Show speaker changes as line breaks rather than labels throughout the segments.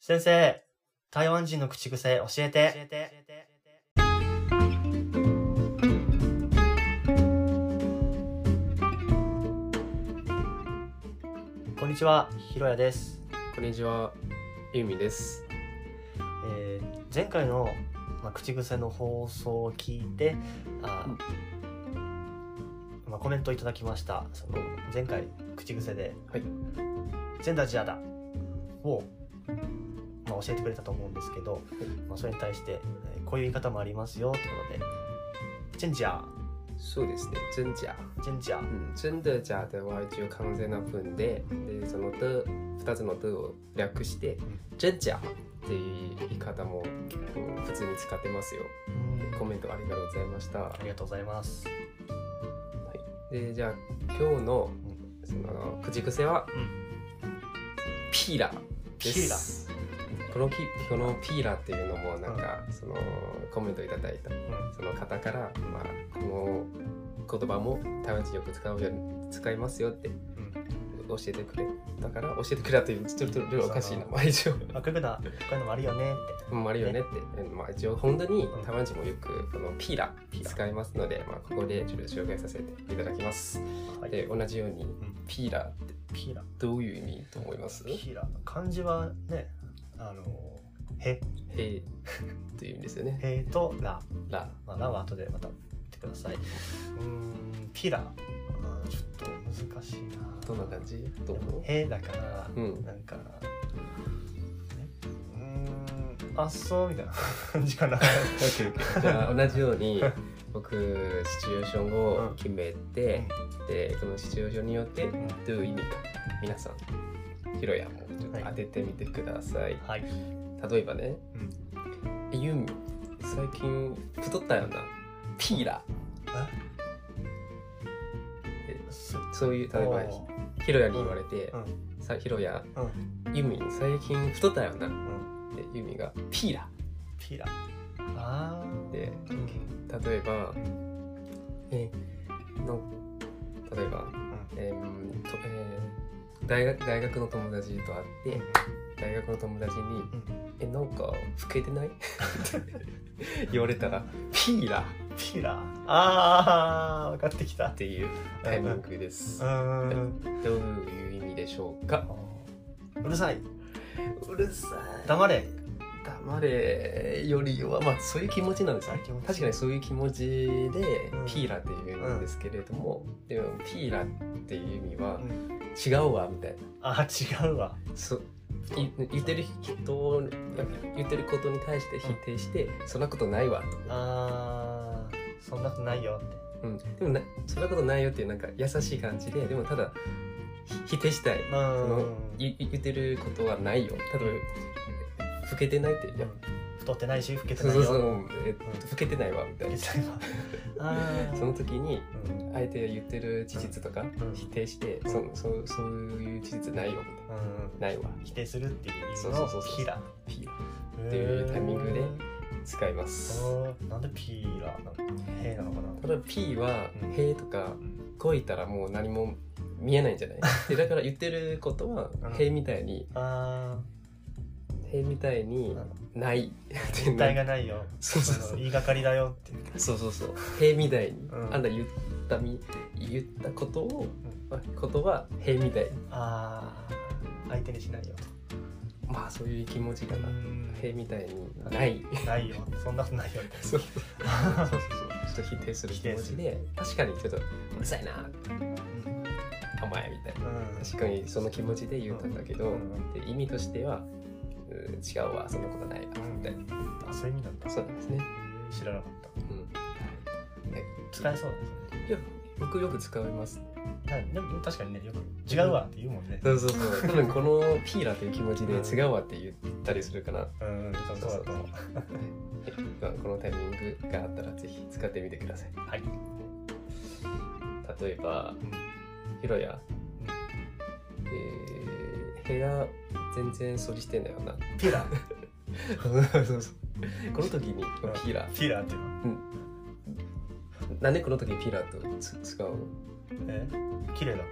先生、台湾人の口癖教えて。教えてこんにちは、ひろやです。
こんにちは、ゆみです。
えー前回の、まあ、口癖の放送を聞いて、あまあ、コメントいただきました。その前回、口癖で、
はい
全ダジアだを、まあ、教えてくれたと思うんですけど、まあ、それに対して、えーこういう言い方もありますよということで、チェンジャ
そうですね、真假。
ー、チェンジャ
う
ー、
ん、真的假的は一応完全な文で、で、その的、二つの的を略して、真假っていう言い方も結構普通に使ってますよ。コメントありがとうございました。は
ありがとうございます。
い、で、じゃあ今日のその口癖は、
うん
ピーラで
ピーラ
す。このピこのピーラっていうのもなんか、そのコメントいただいた
うん
その方から、まあ、この言葉も台湾人よく使うように使いますよって
うん
教えてくれたから教えてくれたというちょっとちょっとおかしいな、まあ、一応
まあ、こういうことはこういうのもあるよねって。
うんあるよねって、うんまあ、一応本当に台湾人もよくこのピーラ
ピーラ
使いますので、まあ、ここでちょっと紹介させていただきます
はい
で同じように
ん
ピーラって
ピーラ。
どういう意味と思います
ピーラ。漢字はね、あの、へ、
へーという意味ですよね
へとら。
ラ
まあ、らは後でまた言ってください。うーん、ピーラ。うんちょっと難しいな。
どんな感じどう思
へだから、
うん
なんか、ねうーん、あっそうみたいな感じか な。
うじゃあ同じよう に僕シチュエーションを決めて、でこのシチュエーションによって
ん
どういう意味か皆さんひろやもちょっと当ててみてください、
はい。
例えばね
うん
「えユミ最近太ったよなピーラ
そ」
そういう例えば
おー
ひろやに言われて
うん
「さひろや
うん
ユミ最近太ったよな」
うん
でユミが「ピーラ
ピーラ。あ」ー
で
うん
例えばえの例えば、
ん
えーとえー大学大学の友達と会って、大学の友達に「
うん
えなんか老けてない?」 って言われたら「ピーラ」
ピーラ。あー、分かってきた
っ。ていうタイミングです
う。ーん。
どういう意味でしょうか
うるさい。
うるさい
黙れ。
黙れよりはまあそういう気持ちなんですよ
そういう気持ち
確かにそういう気持ちで
うん
「ピーラ」っていうんですけれども、でも「ピーラ」っていう意味は
うん
「違うわ」みたいな
あー、違うわ。
そうい言ってる人を言ってることに対して否定して「そんなことないわ」と
あー、そんなことないよって。
うん、でもなそんなことないよっていうなんか優しい感じででもただひ否定したい、
う
そ
ー
の
ん。
い言ってることはないよ例えば老けてないっていや
太ってないし、老けて
そう
ない
そう
よ。
そう、えっと老けてないわみたいな
あー
その時に
うん
相手が言ってる事実とか
ん
否定して、
ん
そそうそういう事実ないよみたい
うん
なないわ
否定するっていう意味
そう
の
そうそうそう
ピーラ
ピーラっていうタイミングで使います
おーなんでピーラなのへーなのかな
ただ P は
うん
「へ」とか「こいたらもう何も見えないんじゃない でだから言ってることは
うん
「へ」みたいに
あ
塀みたいにないって
ー
な
体
い
がないよ
そうそう
そ
そ
の
う
言いがかりだよって
そうそうそう塀みたいに、
うん
あんた言ったみ言ったことを、ことは塀みたい
あー相手にしないよ
まあそういう気持ち
と
かな塀みたいにない
ないよそんなことないよって
そうそうそうそうちょっと否定する気持ちで確かにちょっとうるさいなお前みたいな
うん
確かにその気持ちで言ったんだけど、
うん
で意味としてはうん違うわそんなことないわみたいな
あそういう意味なんだ
そうなんですね、
知らなかっ
うん、
た使えそうですね
いや僕よく使います
なでも確かにねよく違うわって言うもんね
そうそうそう。多分このピーラという気持ちで違うわって言ったりするかな。
うんそうそうだと思う
まあこのタイミングがあったらぜひ使ってみてください。
はい
例えば、ヒロヤ、えー部屋全然掃除してんだよな。
ピーラ
そうそう この時に
ん
ピーラ、
ピーラっていうの
なんでこの時ピーラとつ使うの
え綺麗だか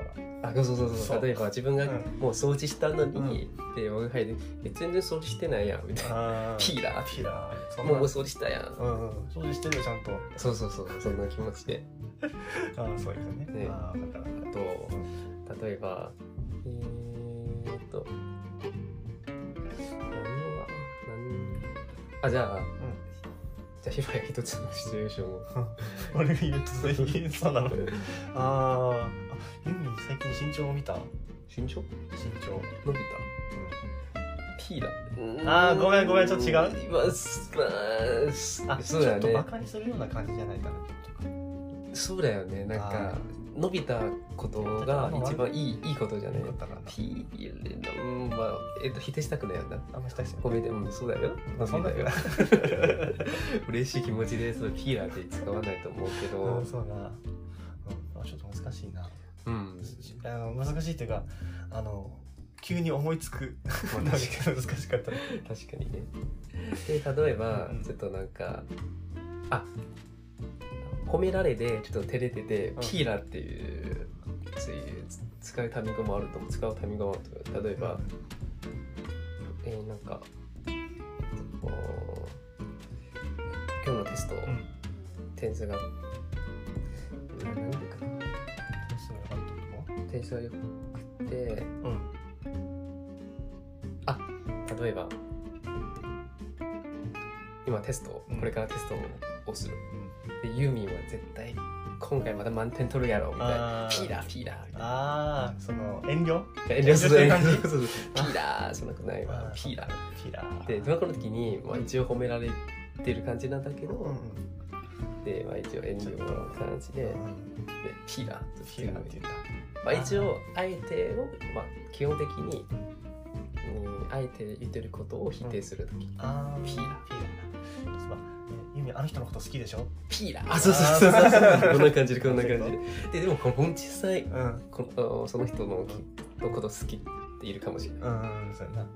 ら
あそうそうそうそう
そう
例えば自分が
うん
もう掃除したのに、で我が輩で「え全然掃除してないやん」みたいな
あ
「ピーラー」
ピーラーそん
もう
な
もう掃除したやん」
うんうん掃除してるよちゃんと
そうそうそうそんな気持ちで
ああそういうことね
ね
ああ分かる分か
あと例えばえー、っと何は何あじゃあ、じゃあひろや一つのシチュエーションを
る俺が言うとそういうそう なのあーあユーミン最近身長を見た
身長
身長
伸びたピーラー
あーごめんごめんちょっと違
うまあすま
あ
あすそうだよ
ちょっとバ
ね
カにするような感じじゃないかな
そうだよねなん
あ
か伸びたことが一番いいいいことじゃね
よかったかな
ピーラーうんまあえっと否定したくないよな
あんましたいっすよ
ごめんね、うん、そうだよ。
まあそんな
だよ。 嬉しい気持ちで、そのピーラーって使わないと思うけ
う
ど
ん、そうだな、うん、あちょっと難しいな
うん、
あの難しいっていうかあの急に思いつく
まあ
難しかったね
確かにね。で、例えば
うん、
ちょっとなんか、あ褒められて、ちょっと照れてて、
ん
ピーラーっていう、そういうつ使うタイミングもあると思う、使うタイミングもあると思う。例えば、えーなんか、こう今日のテスト、
ん
点数が、うんなんだっけな。
そうよかったと
点数が良くて
思ううん
例えば今テスト
うん
これからテストをする、でユーミンは絶対今回また満点取るやろみたいな
あー
ピーラーピーラーみたいな
ああその遠慮
遠慮する
遠慮して
遠
る感じ
慮する ピーラーそんなことないわ
あー
ピーラー
ピラー
で
ど
その頃の時に、まあ、一応褒められてる感じなんだけど、
うん
で、まあ、一応遠慮の感じでで
うん
ピーラーと
ピラーって言った
まあ、一応あえてを、まあ、基本的に、うん、あえて言ってることを否定する時、
あー
ピラ
ピラーなそうだえユーミンあの人のこと好きでしょ
ピーラーあそうそうそうそう
あー
こんな感じでこんな感じ
そうい
でででもこの実際
うんうん
このその人のきのこと好きっているかもしれない
そうやな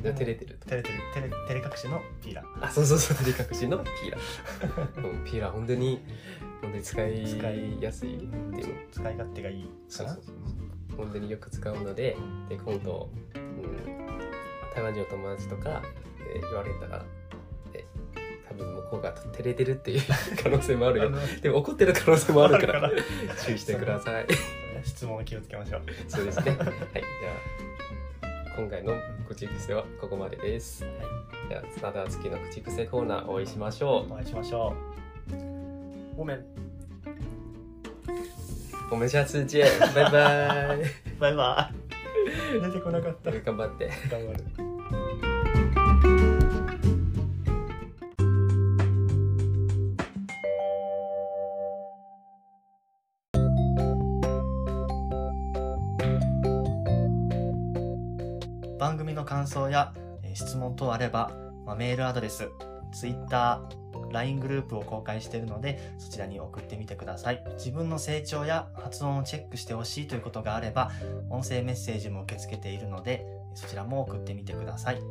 で照れてると
照れてる照れ照れ隠しのピラー
あそうそうそう照れ隠しのピーラー、 うん、ピーラー本当に本当に使
使
い
い
やすいっていう
使い勝手がいいかな
そうそう本当によく使うのでで今度、うん、台湾人の友達とかで言われたらで多分向こうが照れてるっていう可能性もあるよでも怒ってる可能性もあるから
ある
注意してください
質問を気をつけましょう
そうです ね。はい、じゃあ今回の口癖はここまでです。じゃあまた次の口癖コーナーお会いしましょ
お会いしましょうごめん
う。おめ下次见，バイバイ。
バイバイ出てこなかった頑
頑張って。
張る番組の感想やえー質問等あれば、まあ、メールアドレス TwitterLINE グループを公開しているのでそちらに送ってみてください自分の成長や発音をチェックしてほしいということがあれば音声メッセージも受け付けているのでそちらも送ってみてください